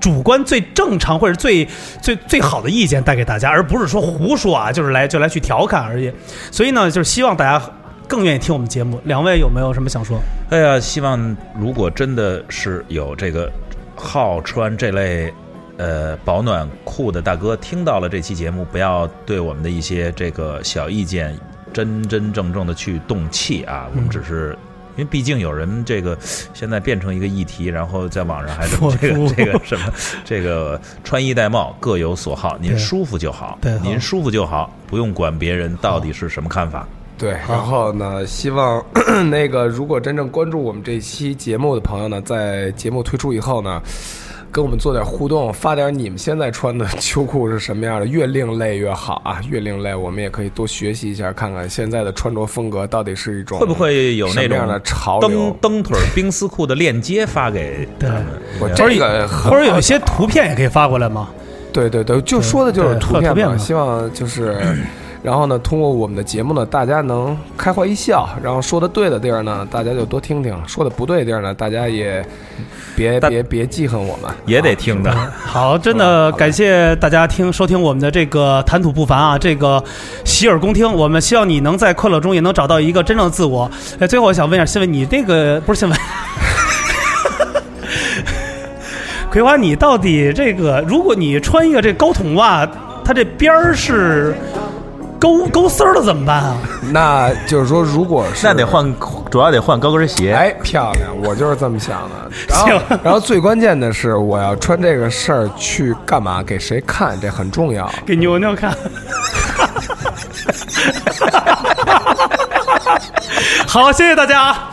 Speaker 3: 主观最正常或者最最最好的意见带给大家，而不是说胡说啊，就是来就来去调侃而已。所以呢，就是希望大家更愿意听我们节目。两位有没有什么想说？
Speaker 4: 哎呀，希望如果真的是有这个好穿这类呃保暖裤的大哥听到了这期节目，不要对我们的一些这个小意见真真正正的去动气
Speaker 3: 嗯
Speaker 4: 啊！我们只是。因为毕竟有人这个现在变成一个议题，然后在网上还这么
Speaker 3: <laughs>
Speaker 4: 这个
Speaker 3: 我出
Speaker 4: 这个什么这个穿衣戴帽各有所好，您
Speaker 3: 对
Speaker 4: 舒服就好
Speaker 3: 对，好
Speaker 4: 您舒服就好，不用管别人到底是什么看法。
Speaker 2: 对，
Speaker 4: 啊
Speaker 2: 然后呢，希望 <coughs> 那个如果真正关注我们这期节目的朋友呢，在节目推出以后呢，跟我们做点互动，发点你们现在穿的秋裤是什么样的，越另类越好啊，越另类，我们也可以多学习一下，看看现在的穿着风格到底是一种
Speaker 4: 会不会有那
Speaker 2: 什么样
Speaker 4: 种
Speaker 2: 的潮
Speaker 4: 蹬
Speaker 2: 流？
Speaker 4: 蹬腿儿冰丝裤的链接发给他们？
Speaker 2: 我
Speaker 3: 或者
Speaker 2: 这
Speaker 3: 有
Speaker 2: 个很
Speaker 3: 或者有一些图片也可以发过来吗？
Speaker 2: 对对对，就说的就是
Speaker 3: 对
Speaker 2: 图片
Speaker 3: 图片
Speaker 2: 嘛，
Speaker 3: 嘛
Speaker 2: 希望就是， <clears throat> 然后呢，通过我们的节目呢，大家能开怀一笑，然后说的对的地儿呢，大家就多听听；说的不对的地儿呢，大家也别
Speaker 4: 但
Speaker 2: 别别记恨我们，
Speaker 4: 也得听的。
Speaker 3: 嗯好，真的感谢大家听收听我们的这个谈吐不凡啊，这个洗耳恭听。我们希望你能在快乐中也能找到一个真正的自我。哎，最后我想问一下新闻，你那个不是 <laughs> 新闻，葵花，你到底这个，如果你穿一个这高筒袜，它这边儿是勾勾丝儿的怎么办啊？
Speaker 2: 那就是说，如果是
Speaker 4: <laughs> <laughs> 那得。换，主要得换高跟鞋。
Speaker 2: 哎，漂亮！我就是这么想的。然
Speaker 4: <laughs>
Speaker 3: 行
Speaker 2: 后，然后最关键的是，我要穿这个事儿去干嘛？给谁看？这很重要。
Speaker 3: 给牛牛看。 <laughs> 好，谢谢大家啊。